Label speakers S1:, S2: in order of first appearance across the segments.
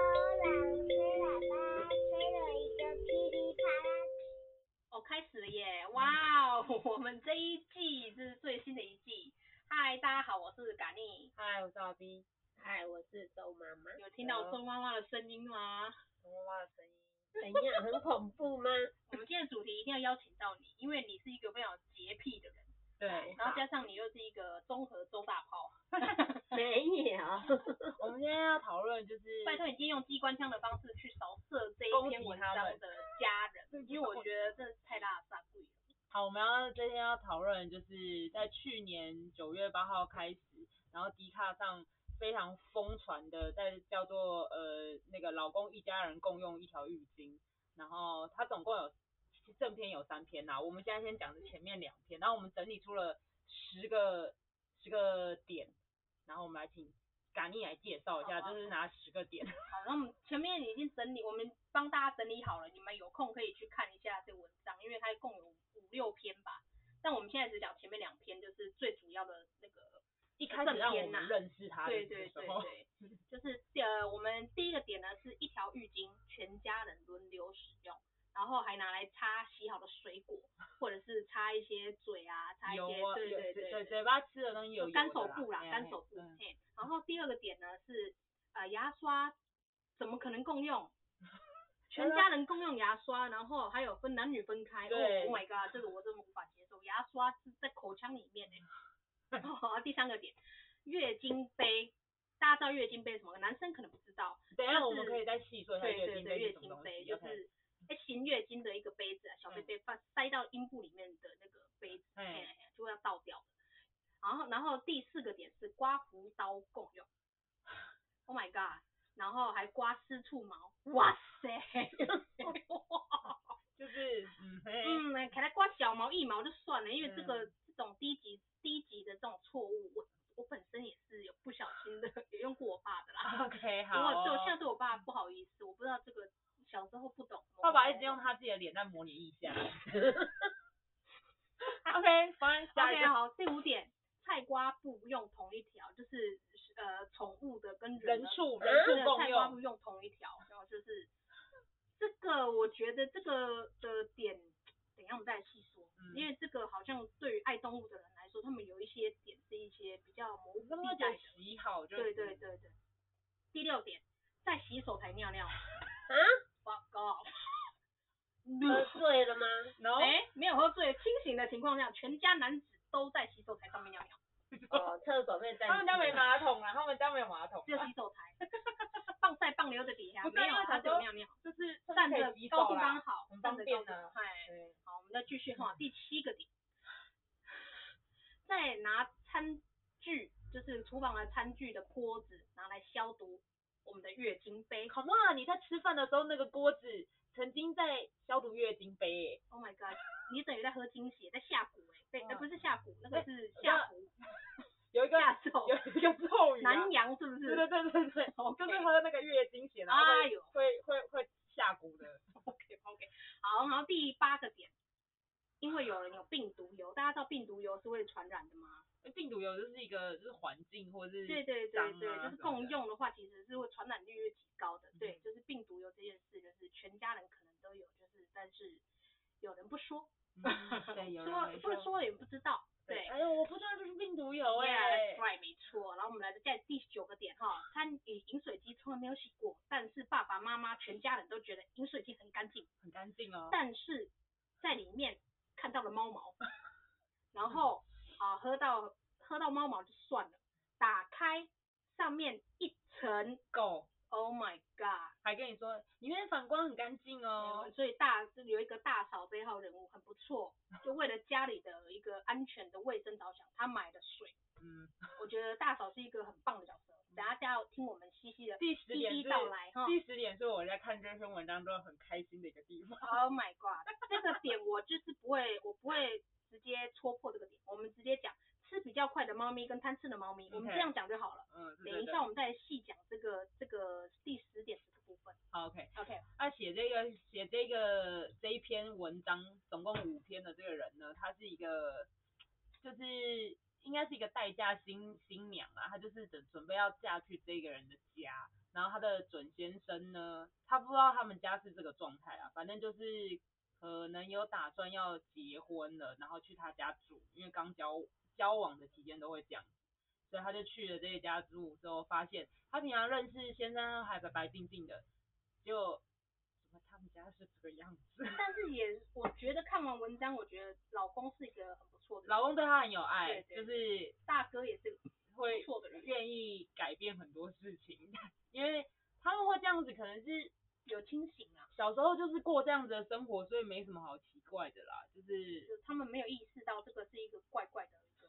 S1: 哦 好，我是嘎尼。
S2: 嗨，我是阿 B，
S3: 嗨，我是周妈妈。
S1: 有听到周妈妈的声音吗？
S2: 我妈妈的声音。
S3: 怎样？很恐怖吗？
S1: 我们今天的主题一定要邀请到你，因为你是一个非常有洁癖的人，
S2: 对，
S1: 然后加上你又是一个综合周大炮。
S3: 没有。
S2: 我们今天要讨论就是，
S1: 拜托你今天用机关枪的方式去扫射这一
S2: 攻
S1: 篇
S2: 击
S1: 文
S2: 他
S1: 章
S2: 们
S1: 的家人，因为我觉得真的是太大煞贵了。
S2: 好，我们要今天要讨论就是在去年九月八号开始，然后迪卡上非常疯传的，在叫做呃那个老公一家人共用一条浴巾，然后它总共有正篇有三篇啦，我们现在先讲前面两篇，然后我们整理出了十个十个点，然后我们来请嘎尼来介绍一下，
S1: 好啊
S2: 就是哪十个点。
S1: 好，那我们前面已经整理，我们帮大家整理好了，你们有空可以去看一下这个文章，因为它共有五六篇吧。但我们现在只讲前面两篇，就是最主要的那个
S2: 一开始让我
S1: 正片
S2: 们
S1: 啊
S2: 认识他的
S1: 对
S2: 时
S1: 对对
S2: 候，
S1: 对，就是呃，我们第一个点呢是一条浴巾，全家人轮流使用，然后还拿来擦洗好的水果，或者是擦一些嘴啊，擦一
S2: 有
S1: 些，
S2: 啊，
S1: 对
S2: 有
S1: 对
S2: 嘴
S1: 对
S2: 嘴嘴巴吃的东西有油
S1: 干
S2: 的
S1: 手布啦，
S2: 哎
S1: 干手布。
S2: 嗯
S1: 嘿，然后第二个点呢是呃牙刷，怎么可能共用？全家人共用牙刷，然后还有分男女分开。哦
S2: 对
S1: ，Oh my god，这个我真的无法接受。牙刷是在口腔里 面的。然后第三个点，月经杯，大家知道月经杯是什么？男生可能不知道。
S2: 等一下
S1: 就
S2: 我们
S1: 是
S2: 可以再细说一下
S1: 对
S2: 月
S1: 对
S2: 经
S1: 对，
S2: 杯
S1: 月
S2: 是什
S1: 经
S2: 么东
S1: 杯
S2: 西。
S1: 就是
S2: OK，
S1: 哎行月经的一个杯子啊，小杯
S2: 嗯
S1: 杯放塞到阴部里面的那个杯子，
S2: 嗯
S1: 哎、就要倒掉的。然后然后第四个点是刮胡刀共用，Oh my god！然后还刮私处毛，哇塞！
S2: 就是嗯嘿，
S1: 嗯，给他刮小毛一毛就算了，因为这个、
S2: 嗯
S1: 这种低级低级的这种错误，我我本身也是有不小心的， 也用过我爸的啦。
S2: OK 好
S1: 我对我现在
S2: 哦。
S1: 对我爸不好意思，我不知道这个小时候不懂。
S2: 爸爸一直用他自己的脸在模拟意 象。OK，翻下一
S1: OK，
S2: 个。
S1: 好，第五点，菜瓜布用同一条，就是呃宠物的跟人
S2: 人
S1: 的
S2: 数
S1: 对
S2: 人数共
S1: 菜瓜布
S2: 用，
S1: 用同一条，然后就是这个，我觉得这个的点，等一下我们再来细说，
S2: 嗯
S1: 因为这个好像对于爱动物的人来说，他们有一些点是一些比较模糊
S2: 那么
S1: 地
S2: 就
S1: 带的，
S2: 洗好就
S1: 对对对对。第六点，在洗手台尿 尿。
S3: 啊？
S1: Fuck off！
S2: 呃
S3: 喝醉了吗？
S2: 然后
S1: 哎、没有喝醉、清醒的情况下，全家男子都在洗手台上面尿尿，
S3: 哦，厕所被占据了。
S2: 他们家没马桶啊，他们家没有马桶啊，
S1: 只有洗手台， 棒晒棒流的底下
S2: 不是
S1: 没有
S2: 因为
S1: 啊，
S2: 想
S1: 只有
S2: 说
S1: 尿尿，
S2: 就是
S1: 站着
S2: 洗
S1: 高度
S2: 手
S1: 刚
S2: 啦。
S1: 好，
S2: 很
S1: 站
S2: 方
S1: 着
S2: 便
S1: 高度
S2: 啊嗯
S1: 哎，
S2: 对
S1: 好，我们再继续哈，第七个点，再拿餐具，就是厨房的餐具的锅子拿来消毒我们的月经杯。
S2: Come on，你在吃饭的时候那个锅子曾经在消毒月经杯耶，
S1: Oh my god！你等于在喝精血，在下蛊哎、对，
S2: 哇
S1: 呃不是下蛊，那
S2: 那
S1: 个是下蛊
S2: 有一个
S1: 下咒，
S2: 有一个咒语、啊，
S1: 南洋是不
S2: 对
S1: 是？
S2: 对 对对对，
S1: OK
S2: 就是喝那个月经血，然后
S1: 哎
S2: 会
S1: 呦
S2: 会会会下蛊的。
S1: OK OK，好，然后第八个点，因为有人有病毒疣，大家知道病毒疣是会传染的吗？
S2: 病毒有就是一个就是环境或是
S1: 对对
S2: 脏
S1: 对
S2: 啊
S1: 对，就
S2: 什么
S1: 是
S2: 的
S1: 共用的话，其实是会传染率越提高的。对
S2: 嗯，
S1: 就是病毒疣这件事，就是全家人可能都有，就是但是有人不说，
S2: 嗯对有人
S1: 说
S2: 没
S1: 不是说了也不知道。对
S2: 对，哎呦我不知道这是病毒有哎
S1: Yeah，that's，right，没错。然后我们来再第九个点哈，他饮饮水机从来没有洗过，但是爸爸妈妈全家人都觉得饮水机很干净。
S2: 很干净哦。
S1: 但是在里面看到了猫毛， 然后啊、喝到喝到猫毛就算了，打开上面一层
S2: 狗
S1: ，Oh my god！、
S2: 还跟你说里面反光很干净哦，
S1: 所以大有一个大嫂这一号人物很不错，就为了家里的一个安全的卫生着想，她买了水，
S2: 嗯，
S1: 我觉得大嫂是一个很棒的角色。等下大家要听我们细细的
S2: 第十
S1: 一
S2: 点
S1: 一
S2: 是哦
S1: 道来哈。
S2: 第十点是我在看这篇文章之后很开心的一个地方。
S1: Oh my god！这个点我就是不会，我不会直接戳破这个点，我们直接讲吃比较快的猫咪跟贪吃的猫咪，我们
S2: OK
S1: 这样讲就好了。
S2: 嗯，
S1: 等
S2: 对对
S1: 一
S2: 对
S1: 下我们再细讲这个这个第十点这个部分。
S2: 好 OK。
S1: OK，
S2: 他写这个写这个这一篇文章，总共五篇的这个人呢，他是一个就是应该是一个待嫁新新娘啊，她就是准准备要嫁去这个人的家，然后她的准先生呢，他不知道他们家是这个状态啊，反正就是可能有打算要结婚了，然后去他家住，因为刚交交往的期间都会这样。所以他就去了这一家租屋之后，发现他平常认识先生还白白净净的，就怎么他们家是这个样子？
S1: 但是也我觉得看完文章，我觉得老公是一个很不错的人，
S2: 老公对她很有爱，
S1: 对对
S2: 就是
S1: 大哥也是个
S2: 会
S1: 不错的人，
S2: 愿意改变很多事情， 因为他们会这样子，可能是
S1: 有清醒啊，
S2: 小时候就是过这样子的生活，所以没什么好奇怪的啦。就是，
S1: 就他们没有意识到这个是一个怪怪的一个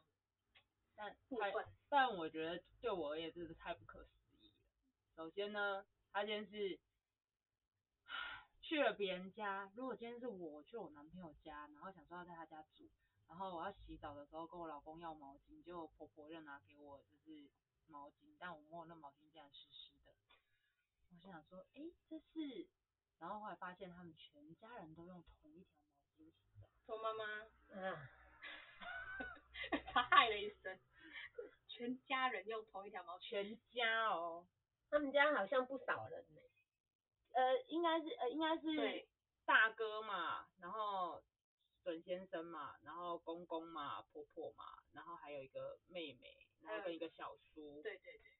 S2: 但
S1: 部
S2: 太
S1: 分，
S2: 但我觉得对我而言真的是太不可思议了。首先呢，他先是去了别人家，如果今天是我去我男朋友家，然后想说要在他家住，然后我要洗澡的时候跟我老公要毛巾，结果婆婆就拿给我就是毛巾，但我摸那毛巾竟然湿湿的，我心想说，诶，这是，然后后来发现他们全家人都用同一条毛巾洗澡，
S1: 说妈妈，
S3: 啊，
S1: 他害了一声，全家人用同一条毛全
S2: 全家哦，
S3: 他们家好像不少人呢、
S2: 呃，应该是呃应该是
S1: 对，
S2: 大哥嘛，然后准先生嘛，然后公公嘛，婆婆嘛，然后还有一个妹妹，然后跟一个小叔，
S1: 对对对，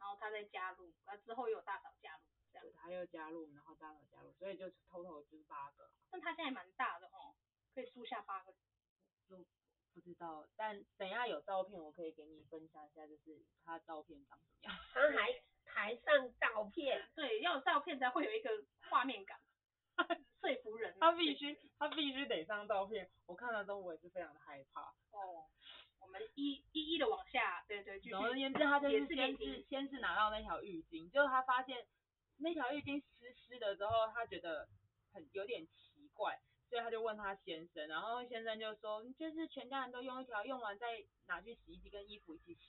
S1: 然后他再加入，啊之后又有大嫂加入这样，
S2: 对，他又加入，然后大嫂加入，所以就偷偷就是八个，
S1: 但他现在蛮大的哦，可以输下八个人，
S2: 不知道，但等一下有照片我可以给你分享一下，就是他照片长什么 样。
S3: 他还还上照片，
S1: 对，要有照片才会有一个画面感，说服人啊，
S2: 他必须他必须得上照片，我看了之后我也是非常的害怕。
S1: 哦，我们一一一的往下，对对，继续
S2: 总，而言之，他就
S1: 也
S2: 是
S1: 是
S2: 先
S1: 可以
S2: 是先是拿到那条浴巾，结果他发现那条浴巾湿湿的之后，他觉得很有点奇怪，所以他就问他先生，然后先生就说，就是全家人都用一条，用完再拿去洗衣机跟衣服一起洗。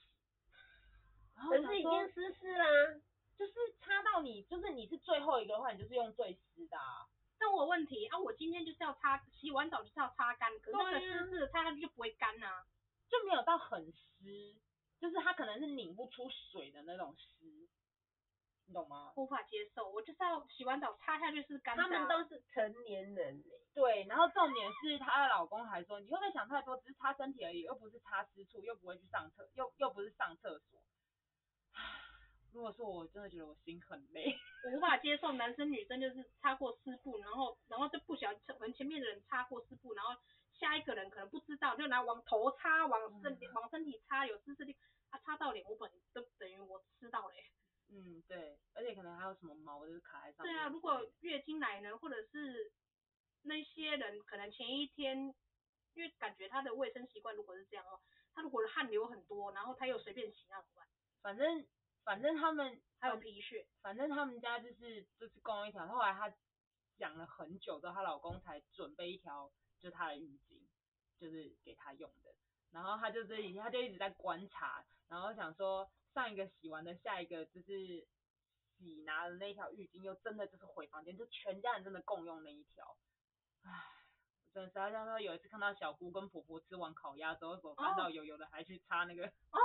S2: 然后我
S3: 可
S2: 想
S3: 是已
S2: 说
S3: 经湿湿啦。
S2: 就是擦到你，就是你是最后一个的话，你就是用最湿的、啊。
S1: 但我有问题啊，我今天就是要擦，洗完澡就是要擦干，可是那个
S2: 对啊
S1: 湿湿的擦下去就不会干呐、啊。
S2: 就没有到很湿，就是它可能是拧不出水的那种湿，你懂吗？
S1: 无法接受，我就是要洗完澡擦下去是干的啊、
S3: 他们都是成年人呢、
S2: 对，然后重点是她的老公还说，你会不会想太多，只是擦身体而已，又不是擦私处，又不会去上厕，又又不是上厕所。如果说我真的觉得我心很累，
S1: 我无法接受男生女生就是擦过湿布，然后然后就不小心可能前面的人擦过湿布，然后下一个人可能不知道就拿往头擦，往身体、往身体擦，有湿湿的啊擦到脸，我本都等于我吃到嘞、
S2: 嗯，对，而且可能还有什么毛就是卡在上面。
S1: 对啊，如果月经来呢，或者是那些人可能前一天，因为感觉他的卫生习惯如果是这样哦，他如果汗流很多，然后他又随便洗，那怎么办？
S2: 反正反正他们
S1: 还有皮屑，
S2: 反正他们家就是就是供一条，后来她养了很久之后，她老公才准备一条就是她的浴巾，就是给她用的。然后她就这里，她就一直在观察，然后想说上一个洗完的，下一个就是洗拿的那条浴巾，又真的就是回房间，就全家人真的共用那一条。唉，我真的是，像说有一次看到小姑跟婆婆吃完烤鸭之后，手沾
S1: 哦
S2: 到油油的，还去擦那个哦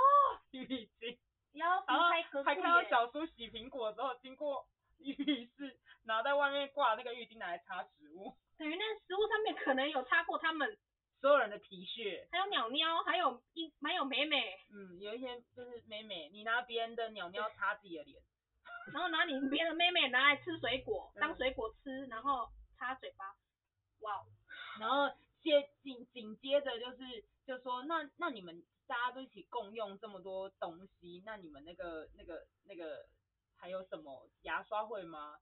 S2: 浴巾。
S1: 要
S2: 然后
S1: 开隔
S2: 还
S1: 壁
S2: 看到
S1: 耶
S2: 小叔洗苹果之后，经过浴室，然后在外面挂那个浴巾拿来擦食物，
S1: 等于那食物上面可能有擦过他们，
S2: 所有人的皮屑，
S1: 还有鸟鸟，还有一还有美美，
S2: 嗯，有一些就是妹妹，你拿别人的鸟鸟擦自己的脸，
S1: 然后拿你别的妹妹拿来吃水果，当
S2: 嗯
S1: 水果吃，然后擦嘴巴，哇哦，
S2: 然后接紧紧接着就是就说那那你们大家都一起共用这么多东西，那你们那个那个那个还有什么牙刷会吗？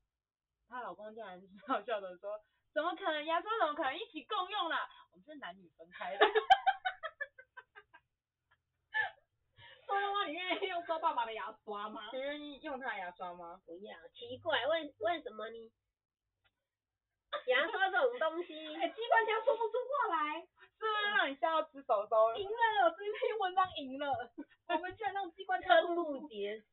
S2: 她老公竟然 笑笑的说，怎么可能牙刷怎么可能一起共用啦？我们是男女分 开的。
S1: 说的话你愿意用周爸爸的牙刷吗？
S2: 你愿意用他牙刷吗？
S3: 不要，奇怪，为为什 么你牙刷这种东西？
S1: 哎、机关枪说不出话来。
S2: 是不是让你吓到吃手手了？
S1: 赢了，这篇文章赢了， 我们居然让机关枪
S3: 瞠目结舌，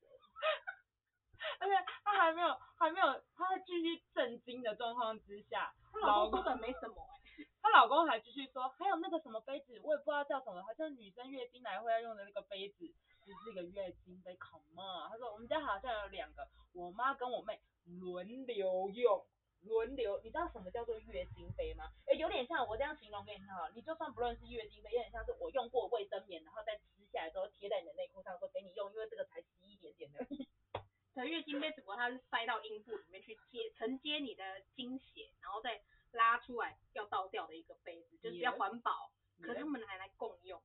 S2: 而且他还没有还没有，他在继续震惊的状况之下，
S1: 她老公说的没什么、哎，
S2: 她老公还继续说，还有那个什么杯子，我也不知道叫什么，好像女生月经来会要用的那个杯子，只是一个月经杯，come on。他说我们家好像有两个，我妈跟我妹轮流用，轮流，你知道什么叫做月经杯吗？哎、有点像我这样形容给你听好了，你就算不论是月经杯，有点像是我用过卫生棉，然后再撕下来之后贴在你的内裤上，说给你用，因为这个才十一点点的。
S1: 对，月经杯只不过它是塞到阴部里面去接承接你的经血，然后再拉出来要倒掉的一个杯子，就是比较
S2: Yeah
S1: 环保。可是他们还来共用，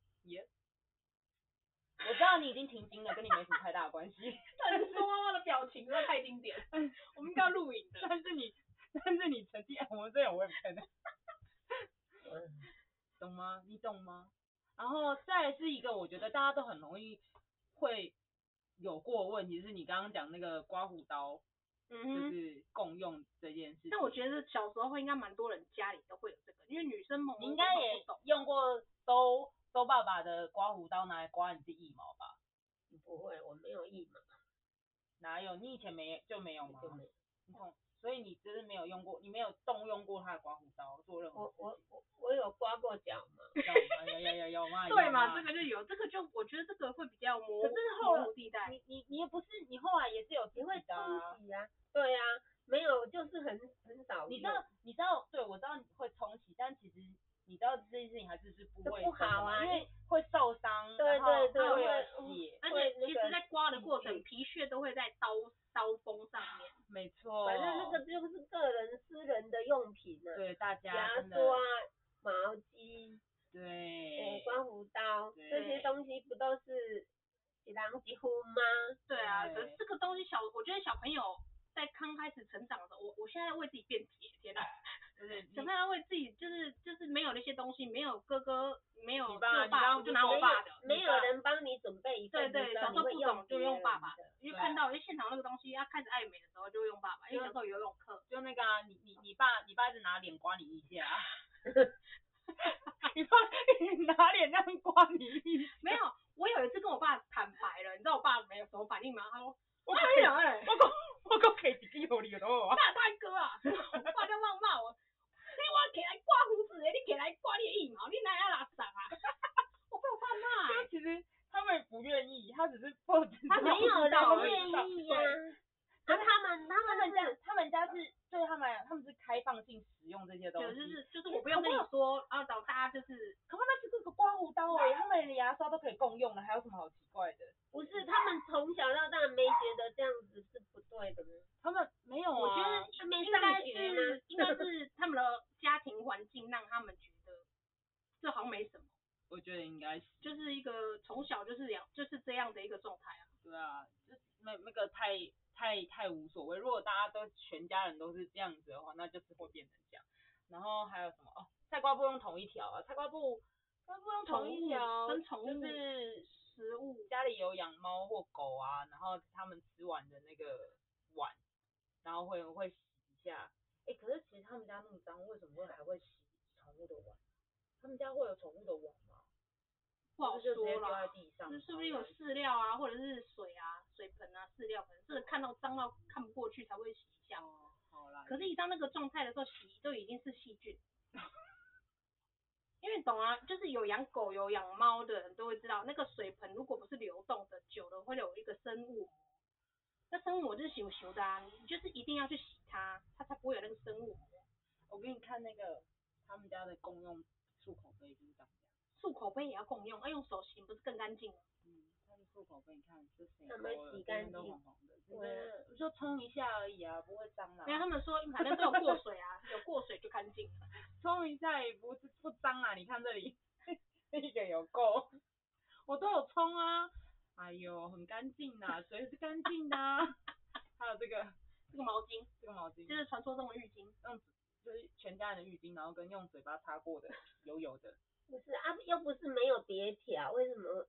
S2: 我知道你已经停经了，跟你没什么太大的关系。
S1: 但是妈妈的表情真的太经典了，我们应该要录影的。
S2: 但是你，但是你曾经，哎我这样我也不太能，哎懂吗？你懂吗？然后再来是一个，我觉得大家都很容易会有过的问题，就是你刚刚讲那个刮胡刀，
S1: 嗯
S2: 就
S1: 哼。
S2: 是共用这件事情。
S1: 但我觉得小时候应该蛮多人家里都会有这个，因为女生萌
S2: 你
S1: 萌
S2: 应
S1: 懂
S2: 该也
S1: 不懂，
S2: 用过周周爸爸的刮胡刀拿来刮你自己腋毛吧？
S3: 不会，我没有腋毛，
S2: 哪有？你以前没就没有吗？
S3: 就没有。
S2: 你懂所以你就是没有用过，你没有动用过他的刮胡刀做任何
S3: 我
S2: 事
S3: 我我我有刮过脚嘛，
S2: 情，知道吗有有有有嘛？
S1: 对
S2: 有
S1: 嘛？这个就有，这个就我觉得这个会比较
S3: 哦
S1: 模
S2: 可
S1: 糊
S2: 是后来
S1: 模糊地带。
S2: 你你你也不是，你后来也是有自
S3: 你会
S2: 己的啊、
S3: 冲洗啊？对啊，没有，就是很很少用。
S2: 你知道你知道，对我知道你会冲洗，但其实你知道这件事情还是是不
S3: 这
S2: 卫
S3: 不
S2: 生的
S3: 好
S2: 嘛
S3: 啊
S2: 因为会受伤，
S3: 对
S2: 然后
S3: 对对
S2: 会有
S3: 会
S2: 血，
S1: 而
S3: 会
S1: 且
S3: 那
S1: 其
S3: 个
S1: 实，在刮的过程，
S3: 嗯
S1: 皮屑都会在刀刀锋上面。
S2: 没错，
S3: 反正
S1: 哦
S3: 那个就是个人私人的用品啊，
S2: 对大家
S3: 牙
S2: 真的
S3: 刷、毛巾、
S2: 对
S3: 诶，刮胡刀这些
S2: 对
S3: 东西不都是一人一乎吗？
S1: 对啊，可是
S2: 对
S1: 这个东西小，我觉得小朋友在刚开始成长的时候，我我现在为自己辩解，天哪！
S2: 就是
S1: 小
S2: 你
S1: 朋友为自己就是就是没有那些东西，没有哥哥，没有
S2: 你爸
S1: 这个
S2: 你爸
S1: 爸，
S2: 不
S1: 我就
S2: 就
S1: 拿
S2: 是
S1: 我
S2: 没
S1: 爸的，
S3: 没
S2: 你
S3: 有
S2: 爸
S3: 人帮你准备一
S1: 对
S3: 份，你
S1: 对
S3: 知道
S1: 小
S3: 你
S1: 时候
S3: 会
S1: 不懂就
S3: 别
S1: 用
S3: 人
S1: 爸爸
S3: 的。
S1: 因为
S2: 对
S1: 看到因为哎现场那个东西，要开始爱美的时候就会用爸爸，因为小时候游泳课，
S2: 就那个、啊、你你你爸你爸一直拿脸刮你一下、啊。你爸你拿脸这样刮你一下，
S1: 没有，我有一次跟我爸坦白了，你知道我爸没有什么反应吗？他 说我跟你讲哎，
S2: 我讲我讲给自己有理有啊。
S1: 大大哥啊， 我爸就骂骂我，啊你我起来刮胡子的，你起来刮你的腋毛，你哪来垃圾啊？ 我被我爸骂欸、
S2: 因为其实他们不愿意，他只是不知道
S1: 他
S3: 没
S1: 没
S3: 有
S1: 知道
S3: 人
S1: 而已
S3: 愿意呀、
S2: 对
S3: 可是他们他
S2: 他
S3: 们
S2: 们
S3: 这样
S2: 家他们家啊是对他们来讲他们是开放性使用这些东
S1: 对，
S2: 西，
S1: 就是就是我不用跟你说，然后等大家就是
S2: 可是那只是个刮胡刀而已，他们的牙刷都可以共用了，还有什么好奇怪的？
S3: 不是他们从小到大没觉得这样子是不对的吗？
S2: 他们没有啊，
S1: 我觉得
S3: 他没
S1: 应
S3: 上
S1: 该
S3: 学
S1: 是
S3: 吗
S1: 应该是他们的家庭环境让他们觉得这好像没什么，
S2: 我觉得应该是
S1: 就是一个从小就是两就是这样的一个状态啊。
S2: 对啊，就那那个太太太无所谓。如果大家都全家人都是这样子的话，那就是会变成这样。然后还有什么哦？菜瓜布用同一条啊，菜瓜布菜瓜布用同一条，
S1: 跟宠物
S2: 就是
S1: 食物
S2: 家里有养猫或狗啊，然后他们吃完的那个碗，然后会会洗一下。哎、可是其实他们家那么脏，为什么会还会洗宠物的碗？啊他们家会有宠物的碗吗？
S1: 不好
S2: 是就直接
S1: 说
S2: 丢在
S1: 啦，
S2: 地上，
S1: 是是不是
S2: 然
S1: 有
S2: 后
S1: 饲料啊，或者是水啊、水盆啊、饲料盆，这个看到脏到看不过去才会洗一下。
S2: 哦，好啦，
S1: 可是你到那个状态的时候，洗都已经是细菌，因为你懂啊，就是有养狗、有养猫的人都会知道，那个水盆如果不是流动的，久了会有一个生物膜，那生物膜就是朽朽的啊，你就是一定要去洗它，它才不会有那个生物膜。
S2: 我给你看那个他们家的公用漱口杯就是长这样，
S1: 漱口杯也要共用，要、用手洗不是更干净吗？
S2: 嗯，它的漱口杯你看就谁
S3: 他们洗干净
S2: 都黄黄的，
S3: 对
S2: 对，就冲一下而已啊，不会脏啦
S1: 因为，他们说反正都有过水啊，有过水就干净了。
S2: 冲一下也不不脏啊，你看这里 那个有够，我都有冲啊，哎呦，很干净呐，水是干净的啊，还有这个
S1: 这个毛巾
S2: 这个毛巾
S1: 就，是传说中的浴巾，
S2: 就是全家人的浴巾，然后跟用嘴巴擦过的油油的
S3: 不是啊，又不是没有别条，为什么？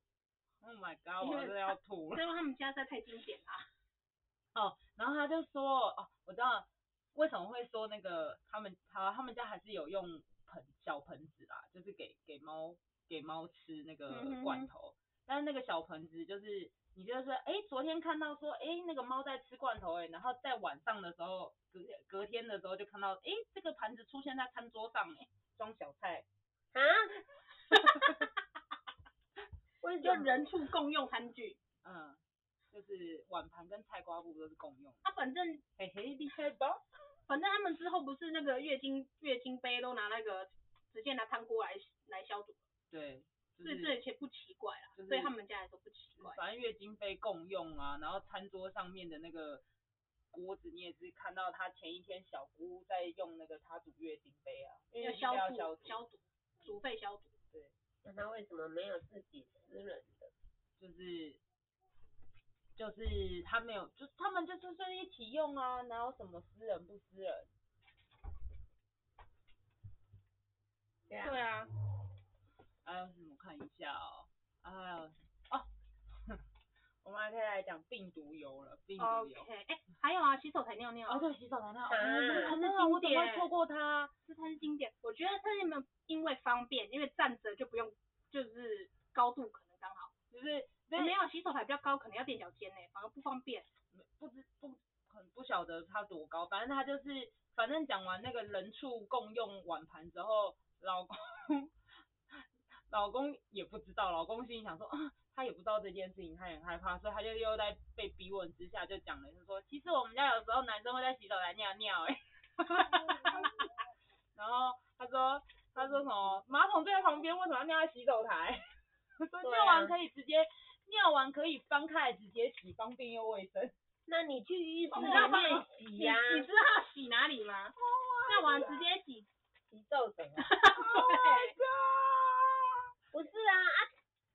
S2: ，Oh my god，
S1: 因
S2: 我
S1: 为
S2: 真的要吐了。
S1: 因为他们家实在太经典 啦、
S2: 哦，然后他就说，哦，我知道为什么会说那个他们他他们家还是有用盆小盆子啦，就是给给猫给猫吃那个
S1: 嗯哼
S2: 罐头，但是那个小盆子就是你就是哎、诶昨天看到说哎、诶那个猫在吃罐头哎、诶然后在晚上的时候隔隔天的时候就看到哎、诶这个盘子出现在餐桌上哎、诶装小菜，
S3: 啊？ 为什
S1: 就
S3: 么？
S1: 人畜共用餐具。
S2: 嗯，就是碗盘跟菜瓜布都是共用的，
S1: 啊，反正
S2: 嘿嘿厉害吧？
S1: 反正他们之后不是那个月经月经杯都拿那个直接拿汤锅来来消毒，
S2: 对，就
S1: 所以
S2: 是
S1: 这一切不奇怪啦，
S2: 就是
S1: 对他们家来说不奇怪。
S2: 反正月经杯共用啊，然后餐桌上面的那个锅子，你也是看到他前一天小姑在用那个她煮月经杯啊，因
S1: 要
S2: 为
S1: 消
S2: 要
S1: 毒
S2: 消毒，
S1: 消毒，煮沸消毒。
S3: 那他为什么没有自己私人的？
S2: 就是就是他没有，就是他们就是就是一起用啊，哪有什么私人不私人？
S3: 对啊，
S2: 对啊，
S1: 嗯
S2: 还有什哎么看一下哦，还有哦， 我们还可以来讲病毒油了，病毒油。
S1: OK，哎、还有啊，洗手台尿尿，
S2: 哦，对，洗手台那，哦，
S3: 啊
S2: 真的，我怎么会错过它？
S1: 这才是经典。我觉得它你们因为方便，因为站着就不用，就是高度可能刚好。
S2: 就是对
S1: 没有洗手台比较高，可能要垫脚尖呢、反而不方便。
S2: 不知不很不晓得它多高，反正它就是，反正讲完那个人畜共用碗盘之后，老公 老公也不知道，老公心里想说啊，他也不知道这件事情，他也很害怕，所以他就又在被逼问之下就讲了，就说其实我们家有时候男生会在洗手台尿尿、欸， 然后他说他说什么马桶就在旁边，为什么要尿在洗手台？ 我说
S3: 对啊
S2: 尿完可以直接尿完可以翻开来直接洗，方便又卫生。
S3: 那你去浴室
S1: 哦
S3: 里
S1: 那不
S3: 面洗
S1: 你
S3: 呀、
S1: 你知道要洗哪里吗？那我直接 洗。
S3: 洗皱褶啊。
S1: 对，
S3: 不是啊啊，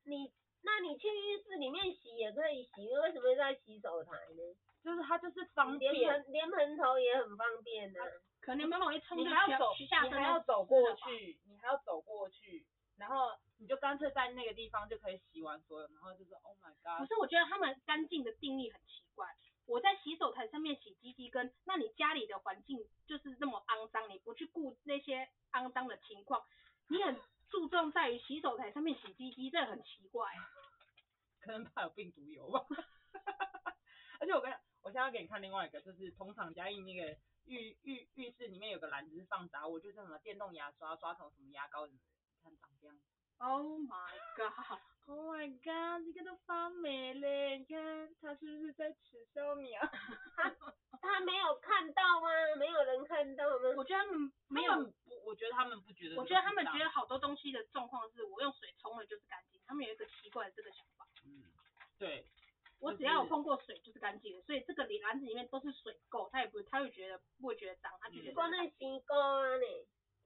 S3: 你那你去浴室里面洗也可以洗，为什么在洗手台呢？
S2: 就是它就是方
S3: 连
S2: 便，
S3: 盆连盆头也很方便啊呐、
S1: 可能蛮容易冲
S2: 你
S1: 就
S2: 还要
S1: 下
S2: 走，
S1: 下
S2: 你
S1: 身
S2: 还要走过去，你还要走过去，然后你就干脆在那个地方就可以洗完所有，然后就是 Oh my
S1: 可
S2: God，
S1: 是我觉得他们干净的定义很奇怪。我在洗手台上面洗鸡鸡跟，那你家里的环境就是那么肮脏，你不去顾那些肮脏的情况，你很注重在于洗手台上面洗鸡鸡，这很奇怪。
S2: 可能怕有病毒油吧。 而且我跟你讲我现在要给你看另外一个，就是通常家里那个浴浴浴室里面有个篮子是放杂物，就是什么电动牙刷、刷头、什么牙膏什么的，你看长这样。
S1: Oh my god！
S2: Oh my god，这个都发霉嘞！你看他是不是在耻笑你啊？
S3: 他没有看到吗？没有人看到吗？
S1: 我觉得他们没
S2: 他
S1: 有
S2: 们不，我觉得他们不觉得这个
S1: 我
S2: 是
S1: 觉得他们
S2: 脏
S1: 觉得好多东西的状况是我用水冲了就是干净，他们有一个奇怪的这个想法。
S2: 嗯，对，
S1: 我只要有碰过水就是干净的，所以这个里篮子里面都是水垢，他也不他会觉得不会觉得脏，他就觉
S2: 嗯
S1: 得
S3: 光那洗锅啊呢，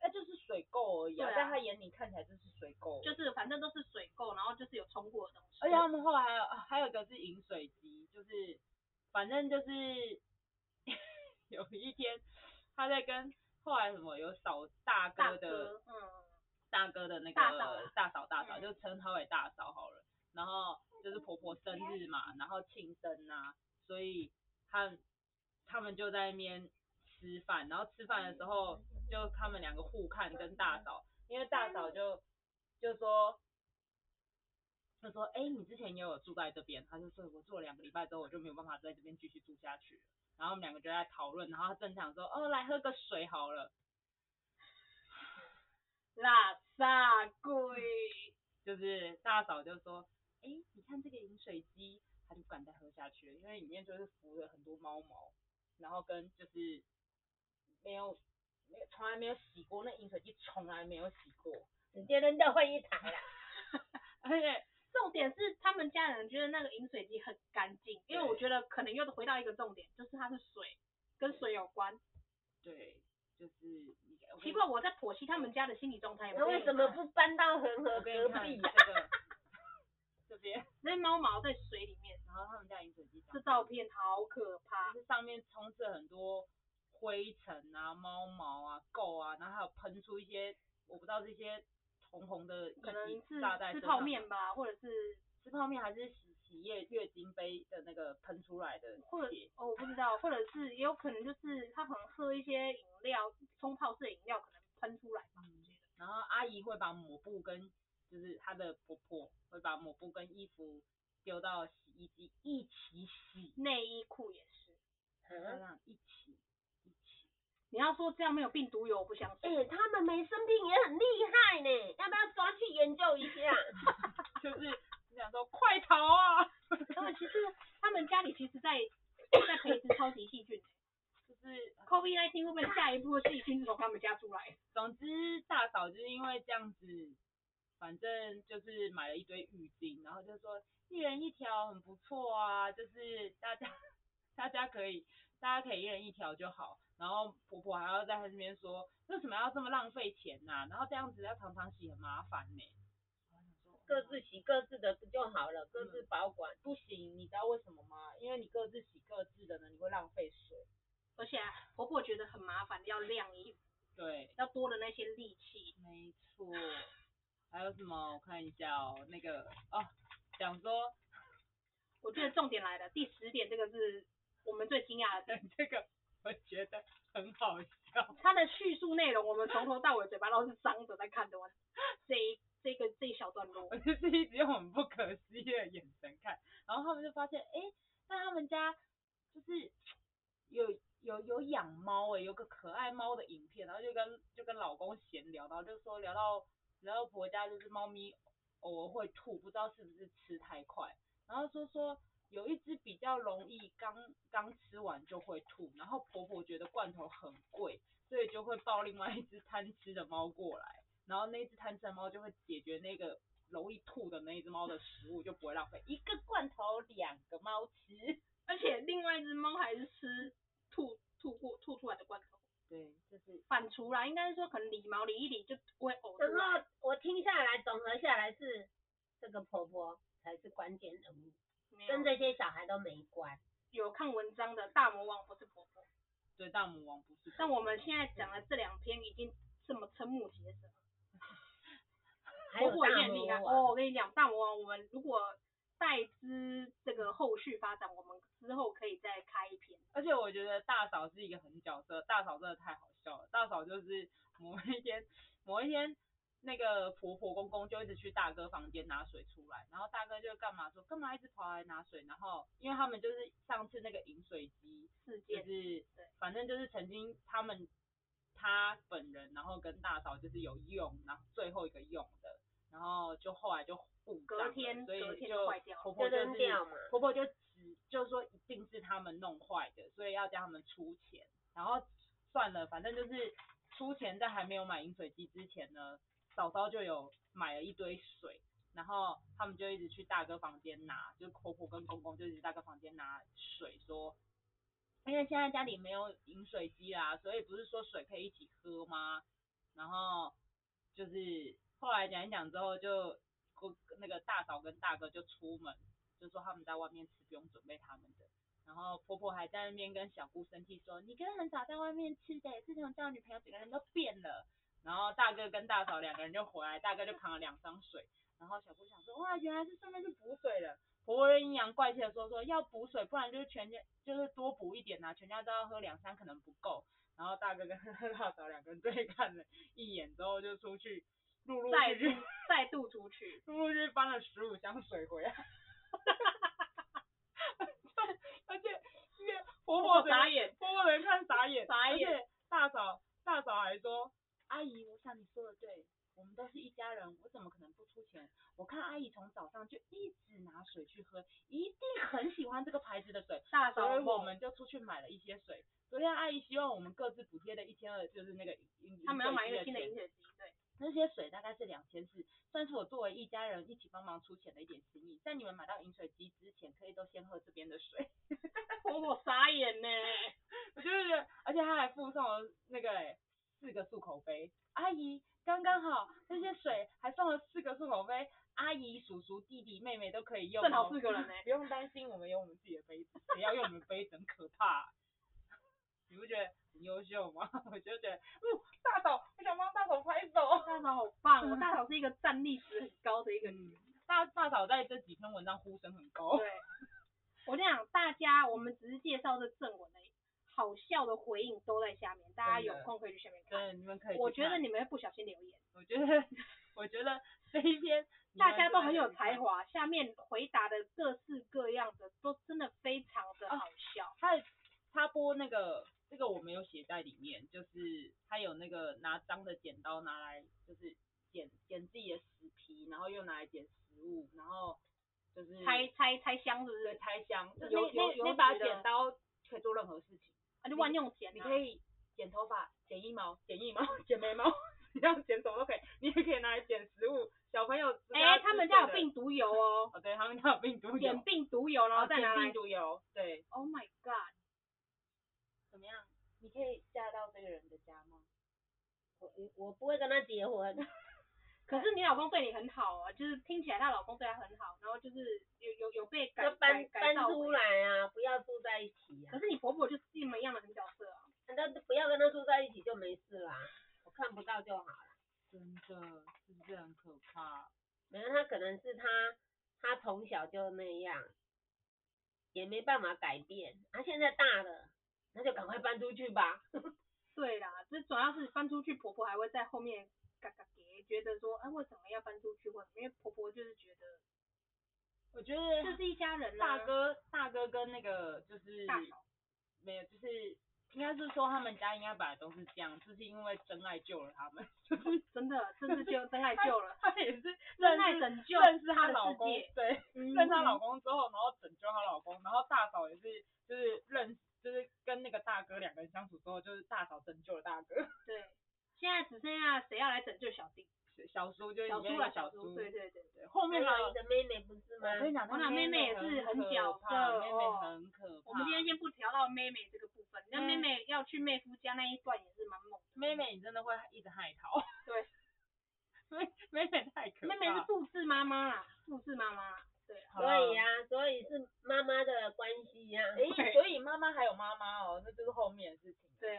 S2: 那哎就是水垢而已、
S1: 对啊
S2: 在他眼里看起来就是水垢而已。
S1: 就是反正都是水垢，然后就是有冲过的东西。
S3: 哎
S2: 而且他们后来还有还有一个是饮水机，就是反正就是 有一天他在跟后来什么有扫大
S1: 大
S2: 哥的
S1: 哥，嗯，
S2: 大哥的那个
S1: 大嫂啦
S2: 大嫂大嫂，
S1: 嗯
S2: 就称她为大嫂好了。然后就是婆婆生日嘛，然后庆生啊，所以他他们就在那边吃饭，然后吃饭的时候
S1: 嗯
S2: 就他们两个互看跟大嫂，因为大
S1: 嗯
S2: 嫂就就说就说哎、诶你之前也有住在这边，他就说我住了两个礼拜之后我就没有办法在这边继续住下去了，然后我们两个就在讨论，然后他正想说哦来喝个水好了，
S1: 拉萨鬼，
S2: 就是大嫂就说，哎、你看这个饮水机，她就不敢再喝下去了，因为里面就是浮了很多猫毛，然后跟就是没有没有从来没有洗过，那饮水机从来没有洗过，
S3: 直接扔到换一台啦。
S2: 而且
S1: 重点是他们家人觉得那个饮水机很干净，因为
S2: 对
S1: 我觉得可能又回到一个重点，就是它是水，跟水有关。
S2: 对，就是你我跟
S1: 奇
S2: 你
S1: 怪，我在剖析他们家的心理状态。
S3: 那为什么不搬到恒河
S2: 我给你
S3: 隔
S2: 看
S3: 壁
S2: 这
S3: 呀、
S2: 个这边，
S1: 那猫毛在水里面？
S2: 然后他们家饮水机
S1: 这
S2: 长
S1: 照片好可怕
S2: 就，是上面充斥了很多灰尘啊、猫毛啊、垢啊，然后还有喷出一些我不知道这些红红的液
S1: 可能
S2: 体
S1: 是
S2: 炸在
S1: 吃
S2: 身
S1: 泡
S2: 上
S1: 面吧，或者是
S2: 吃泡面还是洗洗液月经杯的那个喷出来的
S1: 或者
S2: 血，
S1: 哦我不知道，或者是也有可能就是他可能喝一些饮料，冲泡式的饮料可能喷出来吧，我觉得
S2: 然后阿姨会把抹布跟就是她的婆婆会把抹布跟衣服丢到洗衣机一起洗，
S1: 内衣裤也是。嗯
S2: 这
S3: 啊？
S2: 样一起一起。
S1: 你要说这样没有病毒有，我不相
S3: 哎、
S1: 信。
S3: 他们没生病也很厉害呢，要不要抓去研究一下？
S2: 就是你想说快逃啊！
S1: 他们其实他们家里其实在在培植超级细菌，
S2: 就是就是
S1: COVID 1 9会不会下一步的细菌从他们家出来？
S2: 总之大嫂就是因为这样子，反正就是买了一堆浴巾，然后就说一人一条很不错啊，就是大家大家可以大家可以一人一条就好。然后婆婆还要在她这边说，为什么要这么浪费钱呐、然后这样子要常常洗很麻烦呢、
S3: 各自洗各自的不就好了？各自保管。
S2: 不行，你知道为什么吗？因为你各自洗各自的呢，你会浪费水。
S1: 而且啊、婆婆觉得很麻烦，要晾衣服，
S2: 对，
S1: 要多了那些力气。
S2: 没错，还有什么？我看一下哦，那个哦，讲说
S1: 我觉得重点来了，第十点这个是我们最惊讶的。
S2: 这个，我觉得很好笑。
S1: 它的叙述内容，我们从头到尾嘴巴都是张着在看的。我这一这个这一小段落
S2: 我，就是一直用很不可思议的眼神看，然后他们就发现，诶，那他们家就是有有有养猫诶，有个可爱猫的影片，然后就跟就跟老公闲聊，然后就说聊到聊到婆家就是猫咪偶尔会吐，不知道是不是吃太快，然后说说有一只比较容易刚刚吃完就会吐，然后婆婆觉得罐头很贵，所以就会抱另外一只贪吃的猫过来。然后那只贪吃的猫就会解决那个容易吐的那一只猫的食物，就不会浪费。一个罐头两个猫吃，
S1: 而且另外一只猫还是吃吐吐过吐出来的罐头，
S2: 对，就是
S1: 反刍啦，应该是说可能理毛理一理就不会呕出
S3: 然
S1: 来。
S3: 后我听下来，总合下来是这个婆婆才是关键人物，
S1: 没有
S3: 跟这些小孩都没关。
S1: 有看文章的大魔王不是婆婆，
S2: 对大魔王不是。
S1: 但我们现在讲的这两篇已经这么瞠目结舌了。
S3: 还有
S1: 婆婆也
S3: 大
S1: 很厉害
S3: 魔
S1: 哦！
S3: 王，啊
S1: 我跟你讲，大魔王，我们如果待之这个后续发展，我们之后可以再开一篇。
S2: 而且我觉得大嫂是一个狠角色，大嫂真的太好笑了。大嫂就是某一天，某一天那个婆婆公公就一直去大哥房间拿水出来，然后大哥就干嘛说干嘛一直跑来拿水，然后因为他们就是上次那个饮水机
S1: 事
S2: 就
S1: 件，
S2: 是反正就是曾经他们他本人，然后跟大嫂就是有用，然后最后一个用的，然后就后来就故障了
S1: 隔天
S2: 所以
S1: 隔天
S2: 就
S1: 就坏掉了
S2: 婆婆就
S3: 就扔
S2: 是
S3: 掉嘛。
S2: 婆婆就指就说一定是他们弄坏的，所以要叫他们出钱，然后算了，反正就是出钱，在还没有买饮水机之前呢，嫂嫂就有买了一堆水，然后他们就一直去大哥房间拿，就婆婆跟公公就一直去大哥房间拿水说。因为现在家里没有饮水机啦，所以不是说水可以一起喝吗？然后就是后来讲一讲之后就，我那个大嫂跟大哥就出门，就说他们在外面吃，不用准备他们的。然后婆婆还在那边跟小姑生气说：“你跟很少在外面吃的，自从交女朋友，整个人都变了。”然后大哥跟大嫂两个人就回来，大哥就扛了两箱水，然后小姑想说：“哇，原来是顺便去补水了。”婆婆就阴阳怪气的说：“说要补水，不然就是全家就是多补一点呐、全家都要喝两三，可能不够。”然后大哥跟大嫂两个人对看了一眼之后就出去，陆陆
S1: 再
S2: 续续
S1: 度再度出去，
S2: 陆陆续续搬了十五箱水回 来，而且那个婆
S1: 婆
S2: 婆
S1: 婆傻
S2: 眼，
S1: 眼，
S2: 婆婆人看傻眼，
S1: 傻
S2: 而
S1: 眼
S2: 且大嫂大嫂还说，阿姨，我想你说的对，我们都是一家人，我怎么可能不出钱？我看阿姨从早上就一直拿水去喝，一定很喜欢这个牌子的水，
S1: 大
S2: 所
S1: 嫂
S2: 以我
S1: 梦，
S2: 们就出去买了一些水。昨天阿姨希望我们各自补贴的一千二，就是那个饮
S1: 他们要买一
S2: 饮
S1: 个
S2: 水机
S1: 新的
S2: 钱
S1: 饮水机，对，
S2: 那些水大概是两千四，算是我作为一家人一起帮忙出钱的一点心意。在你们买到饮水机之前，可以都先喝这边的水。
S1: 婆婆傻眼呢，
S2: 我就是觉得，而且他还附送了那个、欸、四个漱口杯，阿姨刚刚好，那些水还送了四个漱口杯，阿姨、叔叔、弟弟、妹妹都可以用、哦。
S1: 正好四个人呢，
S2: 不用担心，我们有我们自己的杯子，谁要用我们的杯子很可怕、你不觉得很优秀吗？ 我就觉得，哦，大嫂，我想帮大嫂拍手。
S1: 大嫂好棒 哦，大嫂是一个战力值很高的一个女
S2: 嗯，大大嫂在这几篇文章呼声很高。
S1: 对，我跟你讲，大家我们只是介绍这正文而已，好笑的回应都在下面，大家有
S2: 真的
S1: 空可以去下面看。
S2: 对，你们可以去看。
S1: 我觉得你们会不小心留言，
S2: 我觉得，我觉得这一篇你们
S1: 大家都很有
S2: 真的可以
S1: 才
S2: 看。
S1: 华，下面回答的各式各样的都真的非常的
S2: 啊
S1: 好笑。
S2: 他的他播那个这个我没有写在里面，就是他有那个拿脏的剪刀拿来就是剪剪自己的死皮，然后又拿来剪食物，然后就是
S1: 拆拆拆箱是不
S2: 对
S1: 是？
S2: 拆箱，就
S1: 有有
S2: 那那
S1: 有
S2: 那把
S1: 觉得
S2: 剪刀可以做任何事情。
S1: 啊，就万用剪
S2: 你
S1: 啊
S2: 可。以剪头发、剪腋毛、剪腋毛、 剪眉毛，你要剪什么都可以。你也可以拿来剪食物，小朋友只给
S1: 哎、他
S2: 吃
S1: 们
S2: 水
S1: 家有
S2: 的，
S1: 病毒油哦，
S2: 哦，对他们家有病毒
S1: 点
S2: 油，
S1: 病毒油，然后
S2: 哦，
S1: 再拿
S2: 剪
S1: 来
S2: 病。毒油，对，
S1: Oh my god！
S2: 怎么样？你可以嫁到这个人的家吗？
S3: 我我不会跟他结婚，
S1: 可是你老公对你很好啊，就是听起来她老公对她很好，然后就是有有有被改
S3: 要搬
S1: 改改
S3: 搬
S1: 造
S3: 出
S1: 回。
S3: 来啊，不要住在一起啊
S1: 可，是你婆婆就是一模一样的很角色啊。
S3: 反正不要跟他住在一起就没事啦，我看不到就好了。
S2: 真的是不是很可怕？
S3: 没有，他可能是他他从小就那样，也没办法改变，他、现在大了，那就赶快搬出去吧。
S1: 对啊啦，这主要是搬出去，婆婆还会在后面嘎嘎给，觉得说，哎、为什么要搬出去？为什么？因为婆婆就是觉得
S2: 我觉得
S1: 这是一家人啊。
S2: 大哥，大哥跟那个就是
S1: 大嫂
S2: 没有，就是应该是说他们家应该本来都是这样，就是因为真爱救了他们， 就是
S1: 真的，真是救真爱救了，
S2: 他也是
S1: 真
S2: 认
S1: 爱
S2: 识
S1: 拯救
S2: 认识
S1: 她的
S2: 老
S1: 世
S2: 公
S1: 界，。
S2: 对，
S1: 嗯
S2: 认识她老公之后，然后拯救她老公，然后大嫂也是就是认就是跟那个大哥两个人相处之后，就是大嫂拯救了大哥，
S1: 对，现在只剩下谁要来拯救小弟？
S2: 小叔就是
S1: 小
S2: 里
S1: 叔
S2: 面
S1: 啊，
S2: 的
S1: 小
S2: 小
S1: 叔，对对对。
S2: 对，后
S3: 还
S2: 面还
S3: 有
S2: 有
S3: 你的妹妹不是吗
S2: 我？跟你讲，
S1: 我俩妹妹
S2: 妹
S1: 也是很
S2: 很
S1: 角
S2: 可怕
S1: 色
S2: 妹
S1: 哦
S2: 妹很可怕。
S1: 我们今天先不聊到妹妹这个部分，那妹
S2: 嗯
S1: 妹要去妹夫家那一段也是蛮猛的。
S2: 妹妹，你真的会一直害 逃。
S1: 对，
S2: 妹妹妹太可怕。
S1: 妹妹是复制妈妈啦，复制妈妈啦，对啊，
S2: 好
S3: 所
S2: 啦
S3: 以啊，所以是妈妈的关系呀、啊。
S2: 哎、所以妈妈还有妈妈哦，那就是后面的事情。，
S1: 对。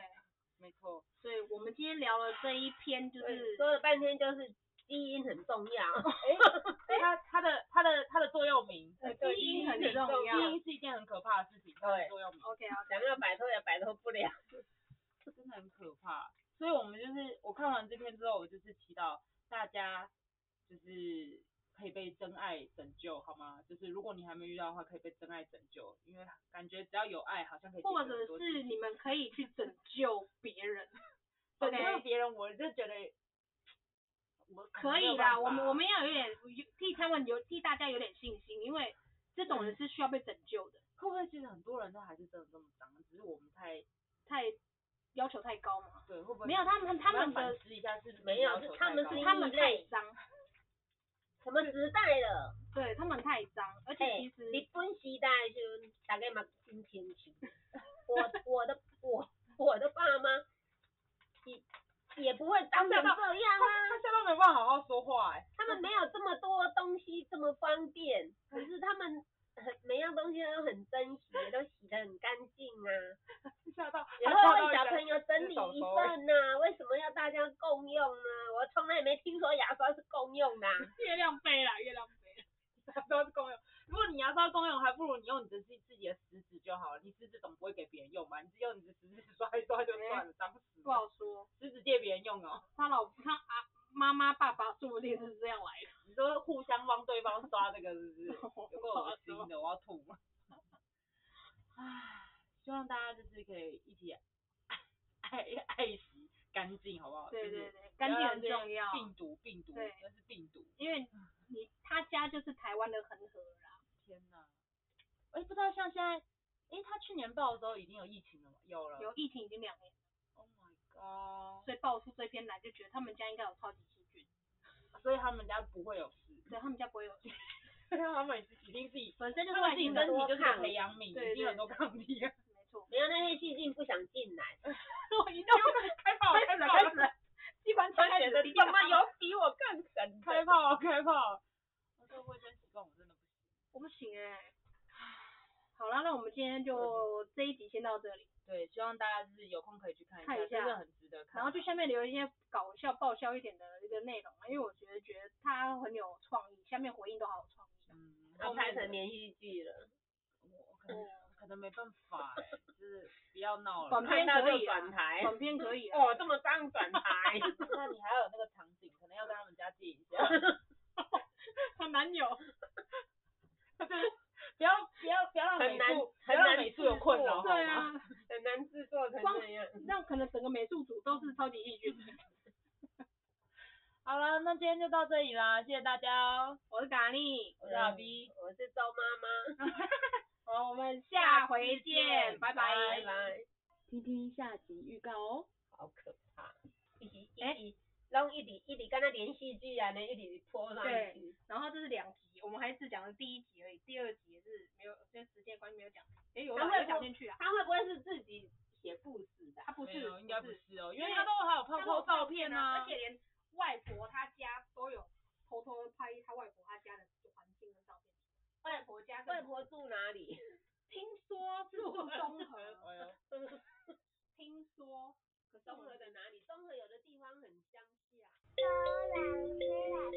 S2: 没错。
S1: 所以我们今天聊了这一篇，就
S3: 对
S1: 是哦哎
S3: 说了半天就是基因很重要，
S2: 所以它它的它的它的座右铭，
S1: 呃
S2: 对
S1: 基因很
S2: 基
S1: 重要
S2: 基因是一件很可怕的事情。它的座右铭
S1: OK 啊，
S3: 想要摆脱也摆脱不 了。
S2: 真的很可怕。所以我们就是我看完这篇之后，我就是祈祷大家就是可以被真爱拯救，好吗？就是如果你还没遇到的话，可以被真爱拯救，因为感觉只要有爱，好像可以解决
S1: 或
S2: 很
S1: 者
S2: 多
S1: 是你们可以去拯救别人。
S2: 拯
S1: OK，
S2: 救别人，我就觉得我
S1: 可
S2: 没有
S1: 以
S2: 办
S1: 啦，
S2: 法
S1: 我们我们要有点有替他们有替大家有点信心，因为这种
S2: 嗯
S1: 人是需要被拯救的，
S2: 会不会其实很多人都还是真的这么脏，只是我们太
S1: 太要求太高嘛。
S2: 对会不会
S1: 没有他们他
S2: 我要
S1: 们
S2: 反
S1: 的
S2: 思一下是不是
S3: 没有
S2: 要
S3: 是
S2: 求
S3: 他
S2: 太
S3: 们
S2: 高
S3: 是
S1: 他们
S3: 异
S1: 太
S3: 类
S1: 脏，
S3: 什么时代了？
S1: 对他们太脏，而且
S3: 嘿
S1: 其实
S3: 日本时代就大概嘛真清楚。我我的我我的爸妈也也不会脏成这样
S2: 他
S3: 啊，
S2: 他下班没办法好好说话哎、
S3: 他们没有这么多东西这么方便， 可是他们很每样东西都很珍惜，都洗得很干净啊。
S2: 吓到
S3: 也
S2: 他吓
S3: 会
S2: 到
S3: 为小
S2: 一下
S3: 朋友整理一 份呐、为什么要大家共用呢？我从来没听说牙刷是共用 的啊、
S1: 月亮杯啦，月亮杯，
S2: 牙刷是公用。如果你牙刷公用，还不如你用你的自己自己的食指就好了。你食指总不会给别人用吧？你只用你的食指刷一刷就算了，脏死
S1: 不
S2: 了。
S1: 好说。
S2: 食指借别人用 哦，
S1: 他老他啊妈妈爸爸说不定是这样来的。
S2: 你都互相帮对方刷这个是不是？有够恶
S1: 好
S2: 心的，我要吐了。唉，希望大家就是可以一起爱爱爱惜干净，好不好？
S1: 对
S2: 就是
S1: 对对，干净很
S2: 不要让
S1: 重要
S2: 这，些病毒病毒
S1: 对
S2: 那是病毒。
S1: 因为你他家就是台湾的恒河啦。
S2: 天哪！哎、不知道像现在，哎、他去年报的时候已经有疫情了吗？有了。
S1: 有疫情已经两年，
S2: Oh my god！
S1: 所以爆出这篇来就觉得他们家应该有超级细菌，
S2: 所以他们家不会有事，
S1: 对他们家不会有，
S2: 他们已经自己，
S1: 本身就是
S2: 他们
S1: 外
S2: 自己
S1: 星
S2: 身
S1: 人
S2: 体就是
S3: 抗
S2: 个培养皿，
S1: 对
S2: 已经很多抗体 了。
S1: 没错。
S3: 没有那些细菌不想进来，
S1: 我一定要
S2: 开炮！
S1: 开始了开始了， 机关枪开始
S2: 觉得
S1: 了，滴滴答答
S3: 比我更神
S2: 开炮！开炮！我说卫生习惯我真的不行。
S1: 我不行哎、好啦，那我们今天就这一集先到这里，
S2: 对，希望大家就是有空可以去看一
S1: 看一下
S2: 真的很值得看。
S1: 然
S2: 啊
S1: 后去下面留一些搞笑、爆笑一点的一个内容，因为我觉得觉得他很有创意，下面回应都好有创意啊。
S2: 嗯，
S3: 要
S2: 后
S3: 拍
S2: 面
S3: 成连续剧了，
S2: 我可
S1: 嗯
S2: 能可能没办法哎、就是不要闹
S1: 短
S2: 了。
S1: 片
S3: 看到
S1: 可
S3: 就
S1: 以啊
S3: 转，台。
S1: 短片可以啊。
S3: 哦，这么脏转台，
S2: 那你还有那个场景，可能要跟他们家借一下。
S1: 她男友，
S2: 不要不要不要让
S3: 很
S2: 美
S3: 难
S2: 术不
S3: 很
S2: 要让
S3: 难
S2: 美
S3: 制
S2: 术有困
S3: 作
S2: 扰好
S1: 对
S2: 吗？
S1: 啊，
S3: 很难制作成
S1: 光
S3: 这样。
S1: 那可能整个美术组都是超级细菌。
S2: 好了，那今天就到这里啦，谢谢大家哦，
S1: 我是啊咖喱，
S2: 我是阿
S3: 嗯
S2: B，
S3: 我是周妈妈，
S1: 好，我们下回见，拜拜。
S3: 拜拜。
S4: 听听下集预告哦。
S3: 好可
S1: 哎
S3: 怕！一直一直，然后一直一直，敢若连续剧啊，那一直拖上
S1: 对
S3: 去。
S1: 然后这是两集，我们还只讲了第一集而已，第二集也是没有，因为时间关系没有讲。也有
S3: 他
S1: 啦
S3: 会
S1: 有讲
S3: 不
S1: 进去啊，
S3: 他会不会是自己写故事的啊？
S1: 他不
S2: 没
S1: 是
S2: 有，，应该不
S1: 是，
S2: 是哦，因
S1: 因
S2: 为
S1: 为
S2: 他都还有泡
S1: 他都有
S2: 泡照片啊，
S1: 而且连外婆他家都有偷偷拍他外婆他家的环境跟照片。外婆家跟
S3: 外婆住哪里？
S1: 听说是住中 和，
S2: 哎呦，
S1: 听说可是
S3: 综
S1: 我
S3: 合的哪里？综合有的地方很乡下。
S5: 都老师老